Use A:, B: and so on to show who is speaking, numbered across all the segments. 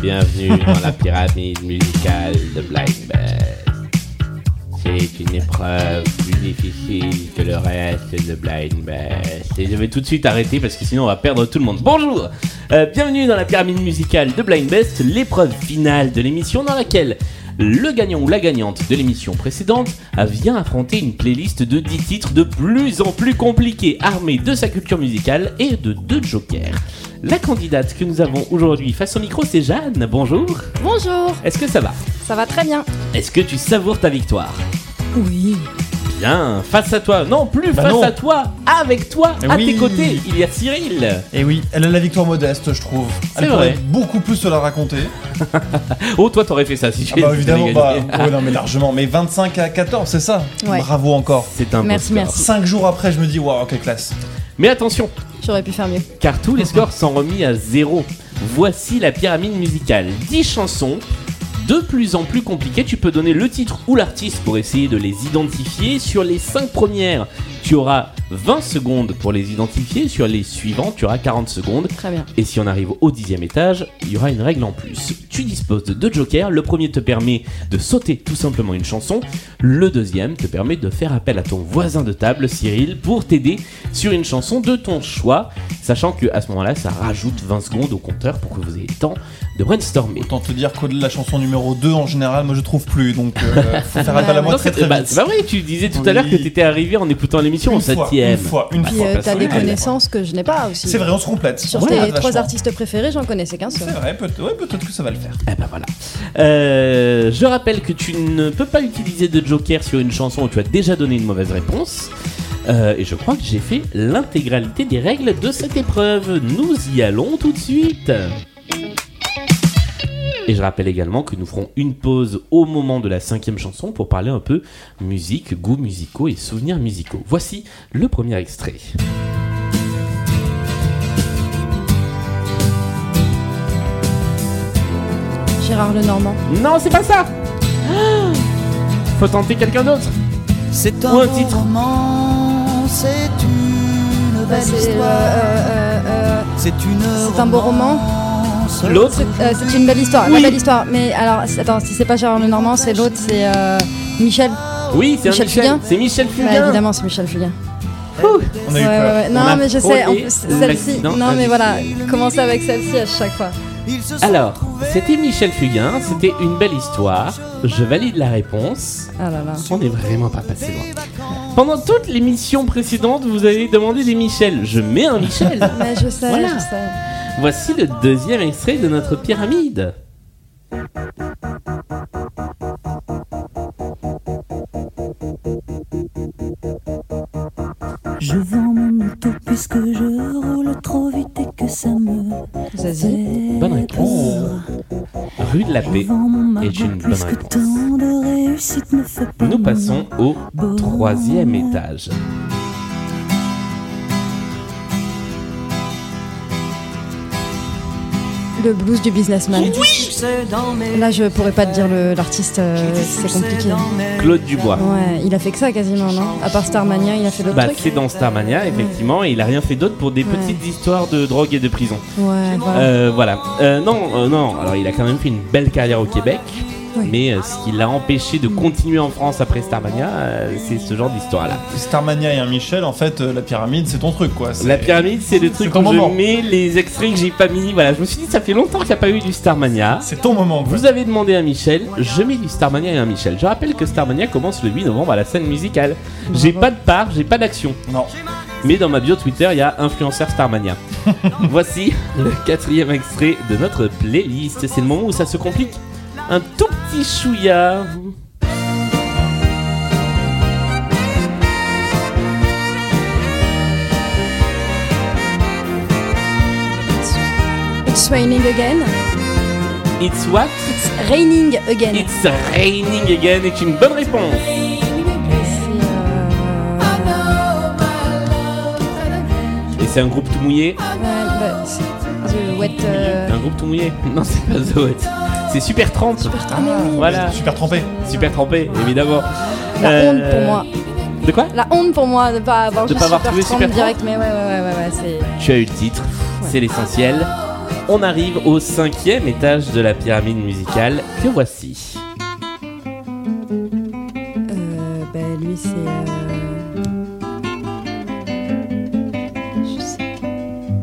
A: bienvenue dans la pyramide musicale de Black Bass. C'est une épreuve plus difficile que le reste de Blind Best. Et je vais tout de suite arrêter parce que sinon on va perdre tout le monde. Bonjour Euh, Bienvenue dans la pyramide musicale de Blind Best, l'épreuve finale de l'émission dans laquelle le gagnant ou la gagnante de l'émission précédente a vient affronter une playlist de 10 titres de plus en plus compliqués, armée de sa culture musicale et de deux jokers. La candidate que nous avons aujourd'hui face au micro, c'est Jeanne. Bonjour.
B: Bonjour,
A: Est-ce que ça va
B: ça va très bien.
A: Est-ce que tu savoures ta victoire
B: Oui.
A: Bien, face à toi, non plus
C: Bah
A: face
C: non.
A: à toi, avec toi,
C: Eh
A: à
C: oui.
A: tes côtés, il y a Cyril.
C: Et oui, elle a la victoire modeste, je trouve.
A: C'est
C: Elle
A: vrai.
C: pourrait beaucoup plus se la raconter.
A: Oh, toi t'aurais fait ça si
C: Ah
A: j'avais
C: bah évidemment, bah,
A: gagné.
C: ouais, non mais largement, mais 25 à 14, c'est ça
B: Ouais.
C: Bravo encore.
A: C'est un beau
B: Merci,
A: score.
B: merci.
C: 5 jours après, je me dis, waouh, quelle classe.
A: Mais attention,
B: J'aurais pu faire mieux.
A: car tous les scores sont remis à zéro. Voici la pyramide musicale. 10 chansons, de plus en plus compliquées. Tu peux donner le titre ou l'artiste pour essayer de les identifier. Sur les 5 premières, tu auras 20 secondes pour les identifier. Sur les suivantes, tu auras 40 secondes.
B: Très bien.
A: Et si on arrive au dixième étage, il y aura une règle en plus. Tu disposes de deux jokers. Le premier te permet de sauter tout simplement une chanson. Le deuxième te permet de faire appel à ton voisin de table, Cyril, pour t'aider sur une chanson de ton choix. Sachant que à ce moment-là, ça rajoute 20 secondes au compteur pour que vous ayez le temps de brainstormer.
C: Autant te dire qu'au-delà de la chanson numéro 2, en général, moi je trouve plus, donc euh, faut faire appel à moi
A: Non,
C: très
A: c'est-
C: très
A: bah,
C: vite.
A: bah oui, tu disais tout à
C: Oui.
A: l'heure que t'étais arrivé en écoutant l'émission au
C: une, fois,
A: septième.
C: une fois, une
B: Puis
C: fois.
B: euh,
A: pas
B: t'as
A: ça,
B: des
A: ouais.
B: connaissances que je n'ai pas aussi.
C: C'est vrai, on se complète.
B: Sur
C: On se
B: tes
C: complète
B: trois
C: vachement.
B: artistes hein. préférés, j'en connaissais qu'un seul.
C: C'est vrai, peut- ouais, peut-être que ça va le faire.
A: Eh ben voilà. Euh, je rappelle que tu ne peux pas utiliser de joker sur une chanson où tu as déjà donné une mauvaise réponse. Euh, et je crois que j'ai fait l'intégralité des règles de cette épreuve. Nous y allons tout de suite. Et je rappelle également que nous ferons une pause au moment de la cinquième chanson pour parler un peu musique, goûts musicaux et souvenirs musicaux. Voici le premier extrait.
B: Gérard Lenormand.
A: Non, c'est pas ça Ah Faut tenter quelqu'un d'autre
D: C'est
A: Ou
D: un, beau
A: un titre.
D: roman, c'est une
B: Bah,
D: belle
B: c'est euh,
D: histoire.
B: euh, euh,
D: C'est une
B: c'est un beau roman.
D: romance.
A: L'autre
B: euh, c'est une belle histoire,
A: Oui.
B: la belle histoire. Mais alors, c'est- attends, si c'est pas Gérard Lenormand, c'est l'autre, c'est euh, Michel.
A: Oui, c'est un
B: Michel
A: Michel.
B: Fugain
A: C'est Michel
B: Bah,
A: Fugain.
B: évidemment, c'est Michel Fugain.
C: On a eu
B: Ouais,
C: peur.
B: ouais, ouais.
A: On a
B: Non, mais je sais, en
A: frôlé
B: plus, celle-ci.
A: l'accident
B: Non, mais
A: industriel.
B: voilà, commencer avec celle-ci à chaque fois.
D: Ils se sont
A: Alors,
D: trouvés
A: c'était Michel Fugain, c'était une belle histoire. Je valide la réponse.
B: Ah là là.
A: On n'est vraiment pas passé
D: des
A: loin.
D: vacances.
A: Pendant toute l'émission précédente, vous avez demandé des Michel. Je mets un Michel.
B: Mais je sais,
A: Voilà.
B: je sais.
A: Voici le deuxième extrait de notre pyramide.
E: Je vends mon auto puisque je roule trop vite et que ça me
B: Zazie.
E: fait
A: Bonne réponse.
E: peur.
A: Rue de la
E: Je
A: paix.
E: vends mon
A: est une
E: Margot
A: bonne
E: plus que
A: réponse.
E: tant de réussite ne fait pas
A: Nous
E: mon
A: passons au
E: bonheur.
A: troisième étage.
B: Le blues du businessman. Là, je pourrais pas te dire le- l'artiste, euh, c'est compliqué.
A: Claude Dubois.
B: Ouais, il a fait que ça quasiment, non À part Starmania, il a fait d'autres
A: Bah,
B: trucs.
A: c'est dans Starmania, effectivement, et il a rien fait d'autre pour des
B: Ouais.
A: petites histoires de drogue et de prison.
B: Ouais, bah. voilà.
A: Euh, voilà. Euh, non, euh, non. Alors, il a quand même fait une belle carrière au Québec.
B: Oui.
A: Mais euh, ce qui l'a empêché de continuer en France après Starmania, euh, c'est ce genre d'histoire-là.
C: Starmania et un Michel, en fait, euh, la pyramide, c'est ton truc, quoi. c'est-
A: La pyramide, c'est le truc
C: ton
A: où
C: moment.
A: je mets les extraits que j'ai pas mis. Voilà, je me suis dit, ça fait longtemps qu'il n'y a pas eu du Starmania.
C: C'est ton moment, quoi.
A: Vous avez demandé à Michel, je mets du Starmania et un Michel. Je rappelle que Starmania commence le 8 novembre à la scène musicale. J'ai
B: Bravo.
A: pas de part, j'ai pas d'action.
C: Non.
A: Mais dans ma bio Twitter, il y a influenceur Starmania. Voici le quatrième extrait de notre playlist. C'est le moment où ça se complique. Un tout petit chouïa.
B: It's raining again.
A: It's what
B: It's raining again.
A: It's raining again est une bonne réponse.
B: euh,
A: Et c'est un groupe tout mouillé.
B: bah, The wet. euh,
A: Un groupe tout mouillé. Non, c'est pas The Wet. C'est Super Trempe.
B: Ah
A: Voilà.
C: Super trempé.
A: Super Trempé, évidemment.
B: La
A: Euh,
B: honte pour moi.
A: De quoi
B: La honte pour moi de pas avoir
A: De
B: juste
A: pas avoir
B: Super
A: trouvé
B: Trump
A: Super Trump
B: direct, mais ouais, ouais, ouais, ouais, ouais, c'est.
A: Tu as eu le titre. C'est l'essentiel. on arrive au cinquième étage de la pyramide musicale que voici.
B: Euh, bah, lui, c'est. euh, Je sais.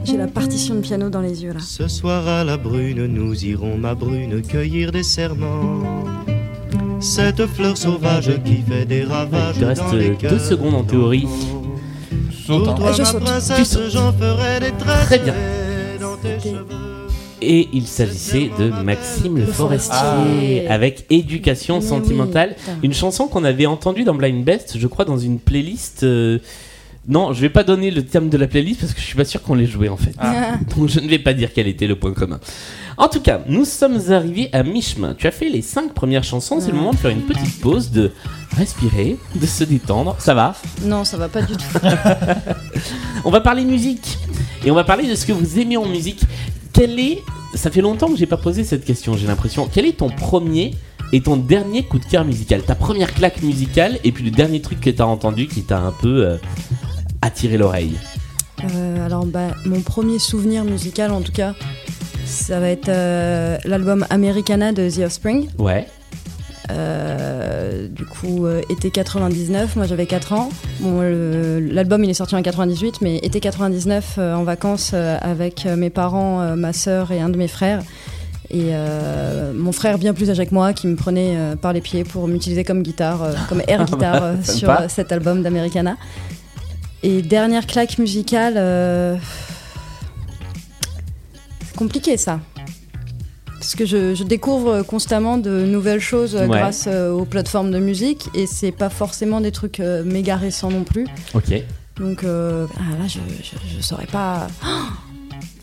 B: J'ai la partition de piano dans les yeux là.
F: Ce soir à la brune, nous irons, ma brune, cueillir des serments. Cette fleur sauvage qui fait des ravages.
A: Il te reste
F: dans les
A: deux
F: cœurs
A: secondes en théorie.
C: Saute, hein.
F: Pour toi,
B: Je
F: ma
B: saute.
A: Tu
F: princesse,
A: sautes.
F: j'en ferai des tresses.
A: Très bien.
F: dans tes cheveux.
A: Et il s'agissait de Maxime Le
B: Le Forestier.
A: Forestier
B: Ah.
A: avec Éducation
B: Mais
A: sentimentale,
B: oui, putain.
A: une chanson qu'on avait entendue dans Blind Best, je crois, dans une playlist. euh, Non, je vais pas donner le terme de la playlist parce que je suis pas sûr qu'on l'ait joué en fait. Donc je ne vais pas dire quel était le point commun. En tout cas, nous sommes arrivés à mi-chemin. Tu as fait les cinq premières chansons,
B: Ah.
A: c'est le moment de faire une petite pause, de respirer, de se détendre. Ça va
B: Non, ça va pas du tout.
A: On va parler musique et on va parler de ce que vous aimez en musique. Quel est Ça fait longtemps que j'ai pas posé cette question. J'ai l'impression. Quel est ton premier et ton dernier coup de cœur musical Ta première claque musicale et puis le dernier truc que t'as entendu qui t'a un peu euh, attiré l'oreille.
B: Euh, alors, bah, mon premier souvenir musical, en tout cas, ça va être euh, l'album Americana de The Offspring.
A: Ouais.
B: Euh, du coup, euh, été 99, moi j'avais 4 ans. Bon, le- l'album il est sorti en 98, mais été 99 euh, en vacances euh, avec euh, mes parents, euh, ma sœur et un de mes frères. Et euh, mon frère bien plus âgé que moi qui me prenait euh, par les pieds pour m'utiliser comme guitare, euh, comme air guitare euh, sur
A: sympa.
B: euh, cet album d'Americana. Et dernière claque musicale, euh, c'est compliqué ça. Parce que je, je découvre constamment de nouvelles choses euh,
A: Ouais.
B: grâce euh, aux plateformes de musique et c'est pas forcément des trucs euh, méga récents non plus.
A: Ok.
B: Donc euh, ah, là, je, je, je saurais pas. Ah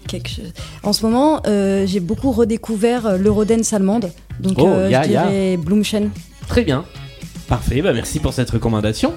B: Quelque chose. En ce moment, euh, j'ai beaucoup redécouvert euh, l'eurodance allemande. Donc
A: Oh,
B: euh,
A: ya,
B: je
A: ya.
B: dirais Blumchen.
A: Très bien. Parfait. Bah merci pour cette recommandation.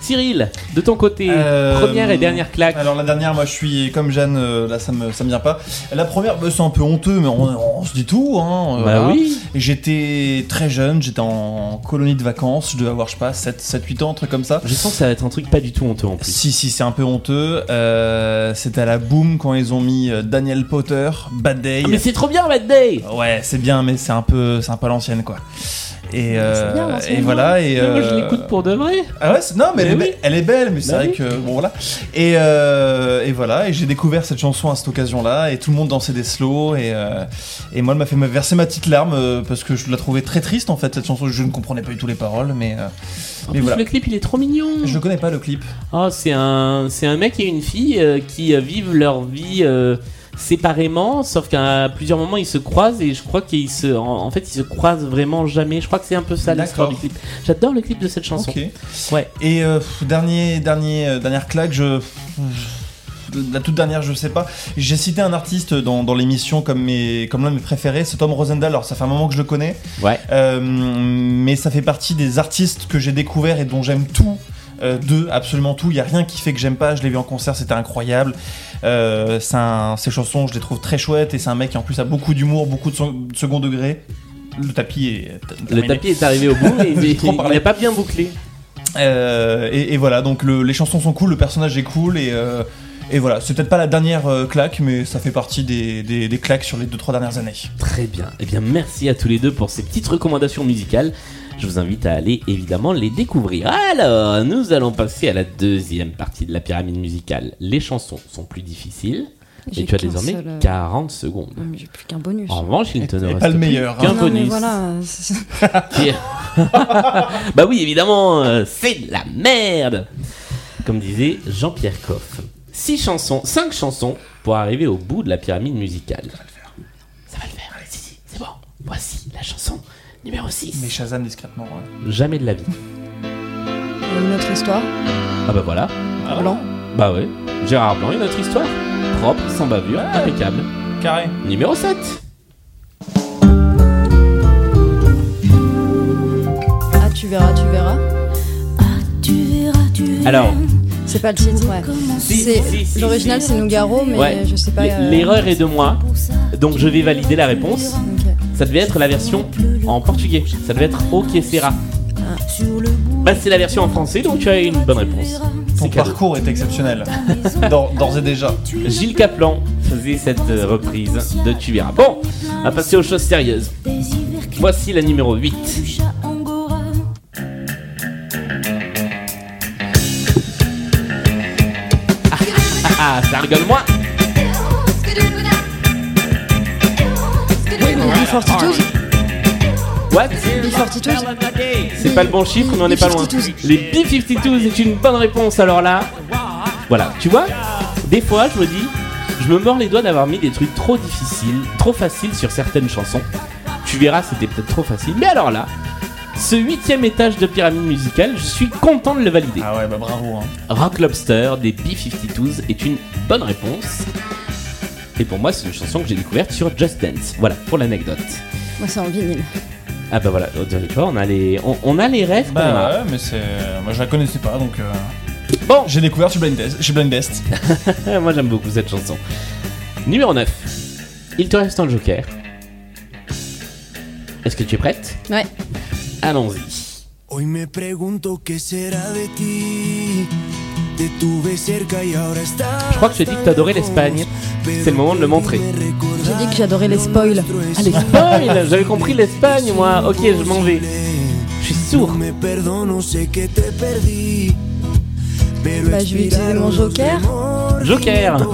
A: Cyril, de ton côté,
C: Euh,
A: première et dernière claque.
C: Alors la dernière, moi je suis comme Jeanne, euh, là ça me, ça me vient pas. La première, bah, c'est un peu honteux, mais on, on se dit tout. Hein, euh,
A: bah
C: voilà.
A: oui.
C: Et J'étais très jeune, j'étais en colonie de vacances, je devais avoir, je sais pas, 7-8 ans, un truc comme ça.
A: Je sens que ça va être un truc pas du tout honteux en plus.
C: Si, si, c'est un peu honteux. Euh, C'était à la boom quand ils ont mis euh, Daniel Potter, Bad Day.
A: Ah, mais c'est trop bien, Bad Day.
C: ouais, c'est bien, mais c'est un peu, c'est un peu à l'ancienne quoi. Et, euh,
B: C'est bien, l'ancienne,
C: et voilà. Et,
A: hein. Moi, je
C: euh,
A: l'écoute pour de vrai.
C: Ah ouais, c'est- non, mais, elle, est
A: Mais oui.
C: belle, elle est belle, mais c'est
A: Bah
C: vrai
A: oui.
C: que bon voilà. Et, euh, et voilà, et j'ai découvert cette chanson à cette occasion-là, et tout le monde dansait des slows, et, euh, et moi elle m'a fait me verser ma petite larme euh, parce que je la trouvais très triste en fait cette chanson. Je ne comprenais pas du tout les paroles, mais euh,
A: En
C: mais
A: plus,
C: voilà.
A: le clip, il est trop mignon.
C: Je ne connais pas le clip.
A: Oh, c'est un, c'est un mec et une fille euh, qui euh, vivent leur vie euh, séparément, sauf qu'à plusieurs moments ils se croisent et je crois qu'ils se, en, en fait, ils se croisent vraiment jamais. Je crois que c'est un peu ça l'histoire
C: D'accord.
A: du clip. J'adore le clip de cette chanson.
C: Ok.
A: Ouais.
C: Et euh, pff, dernier, dernier, euh, dernière claque, je. La toute dernière, je sais pas. J'ai cité un artiste dans, dans l'émission comme, mes- comme l'un de mes préférés, c'est Tom Rosendahl. Alors, ça fait un moment que je le connais.
A: Ouais.
C: Euh, mais ça fait partie des artistes que j'ai découvert et dont j'aime tout. euh, d'eux, absolument tout, il y a rien qui fait que j'aime pas, je l'ai vu en concert, c'était incroyable. Euh, c'est un- ses chansons, je les trouve très chouettes et c'est un mec qui en plus a beaucoup d'humour, beaucoup de, son- de second degré. Le tapis est
A: Le
C: terminé.
A: tapis est arrivé au bout et il-
C: J'ai
A: il
C: trop
A: il
C: parlé.
A: n'est pas bien bouclé.
C: Euh, et, et voilà, donc le- les chansons sont cool, le personnage est cool et, euh, et voilà. C'est peut-être pas la dernière euh, claque, mais ça fait partie des, des- des claques sur les 2-3 dernières années.
A: Très bien. Eh bien, merci à tous les deux pour ces petites recommandations musicales. Je vous invite à aller évidemment les découvrir. Alors, nous allons passer à la deuxième partie de la pyramide musicale. Les chansons sont plus difficiles et
B: J'ai
A: tu as
B: qu'un
A: désormais
B: seul, euh,
A: 40 secondes.
B: Non, mais J'ai plus qu'un bonus.
A: En revanche, il te ne
C: et
A: reste
C: pas le
A: plus
C: meilleur,
A: Oh, qu'un
C: hein.
B: Non, mais
A: bonus.
B: voilà. c'est-
A: qui est- bah oui, évidemment, euh, c'est de la merde. Comme disait Jean-Pierre Coff. Six chansons, cinq chansons pour arriver au bout de la pyramide musicale. Ça va le faire. Si, si, c'est bon. Voici la chanson numéro 6.
C: Mais Shazam discrètement. ouais.
A: Jamais de la vie.
B: Une autre histoire.
A: Ah bah voilà.
B: Blanc.
A: Bah ouais. Gérard Blanc, une autre histoire. Propre, sans bavure, impeccable.
C: Carré.
A: Numéro 7.
B: Ah, tu verras, tu verras.
E: Tu verras, tu verras.
A: Alors,
B: C'est pas le titre, ouais.
E: Comment
A: Si,
B: C'est-
A: si, si,
B: L'original,
E: si.
B: c'est Nougaro, mais
A: Ouais.
B: je sais pas.
A: L-
B: euh,
A: L'erreur est de moi.
E: pour ça
A: Donc je vais valider la réponse.
B: ok.
A: Ça devait être la version en portugais. Ça devait être Ok Serra.
E: Sur le bout
A: Bah c'est la version en français donc tu as une bonne réponse.
C: Ton
A: cadeau.
C: parcours est exceptionnel. D'or- D'ores et déjà.
A: Gilles Caplan, faisait cette euh, reprise de Tu verras. Bon, on va passer aux choses sérieuses. Voici la numéro 8. Ah, ça rigole moi
B: Fortitude
A: What
B: Fortitude
A: C'est pas le bon chiffre, mais on n'est pas loin. Les B-52 est une bonne réponse, alors là. Voilà, tu vois Des fois, je me dis, je me mords les doigts d'avoir mis des trucs trop difficiles, trop faciles sur certaines chansons. Tu verras, c'était peut-être trop facile. Mais alors là, ce huitième étage de pyramide musicale, je suis content de le valider.
C: Ah ouais, bah bravo. hein.
A: Rock Lobster des B-52s est une bonne réponse. Et pour moi, c'est une chanson que j'ai découverte sur Just Dance. Voilà, pour l'anecdote.
B: Moi, c'est en vinyle.
A: Ah bah voilà, tu vois, on a les, on, on a les rêves qu'on a.
C: Bah ouais, mais c'est. Moi je la connaissais pas donc. euh,
A: Bon,
C: J'ai découvert chez Blind Test. Chez Blind Best.
A: Ah, Moi j'aime beaucoup cette chanson. Numéro 9. Il te reste un joker. Est-ce que tu es prête
B: Ouais.
A: Allons-y.
G: Hoy me pregunto qué será de ti. Te tuve cerca y ahora estás.
A: Je crois que je t'ai dit que t'adorais l'Espagne. C'est le moment de le montrer.
B: J'ai dit que j'adorais les spoils.
A: Ah, l'Espagne J'avais compris l'Espagne, moi. Ok, je m'en vais. Je suis sourd.
G: Me perdono, sé que te perdí. Pero
B: Bah, je vais utiliser mon joker.
A: Joker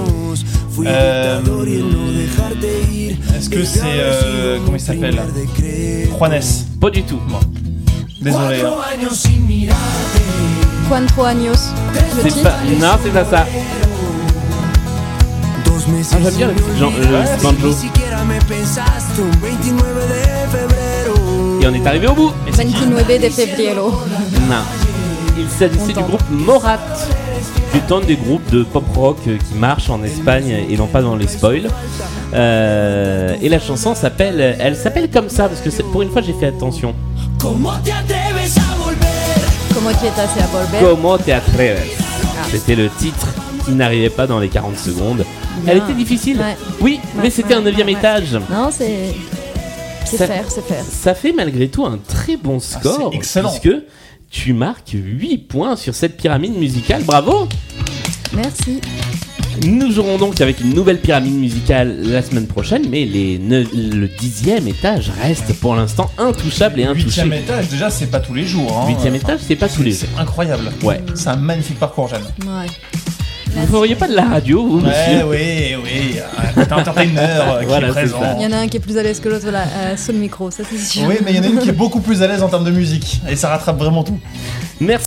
G: Fui
C: Euh,
G: dictador y en no dejarte ir.
C: Est-ce que c'est. euh, comment il s'appelle
G: De creer.
C: Juanes.
A: Pas du tout.
C: Désolé. hein.
G: Años sin mirarte.
B: Cuatro años. Le
A: C'est
B: titre
A: pas... Non, c'est pas ça.
G: Dos meses.
A: Ah, j'aime bien le petit Jean- euh,
G: sin-
A: banjo.
G: Ni siquiera me pensaste un 29 de febrero.
A: Et on est arrivé au bout.
B: 29 de febrero.
A: Non. Il s'agissait du groupe Morat, du temps des groupes de pop rock euh, qui marchent en Espagne et non pas dans les spoils. Euh, et la chanson s'appelle, elle s'appelle comme ça parce que c'est- pour une fois j'ai fait attention.
G: ¿Cómo te atreves a volver?
B: Como quietas a volver.
A: Como te atreves C'était le titre qui n'arrivait pas dans les 40 secondes. Elle
B: Bien.
A: était difficile.
B: Ouais.
A: Oui, mais
B: Ouais,
A: c'était
B: ouais,
A: un 9
B: ouais, ouais.
A: étage.
B: Non, c'est.
A: Ça-
B: C'est faire, c'est faire.
A: Ça fait malgré tout un très bon score.
C: Ah, c'est excellent.
A: Puisque tu marques 8 points sur cette pyramide musicale. Bravo!
B: Merci.
A: Nous jouerons donc avec une nouvelle pyramide musicale la semaine prochaine, mais les neuf- le dixième étage reste pour l'instant intouchable et intouché.
C: Huitième étage, déjà c'est pas tous les jours. Hein.
A: Huitième étage, c'est pas tous les
C: C'est incroyable.
A: Ouais.
C: C'est un magnifique parcours, Jeanne.
B: Ouais.
A: Vous feriez pas de la radio, vous,
C: Ouais,
A: monsieur
C: oui, oui. Un entertainer euh, qui
A: Voilà,
C: est
A: c'est
C: présent.
B: Il y en a un qui est plus à l'aise que l'autre, voilà, euh, sous le micro, ça c'est sûr.
C: Oui, mais il y en a une qui est beaucoup plus à l'aise en termes de musique. Et ça rattrape vraiment tout.
A: Merci.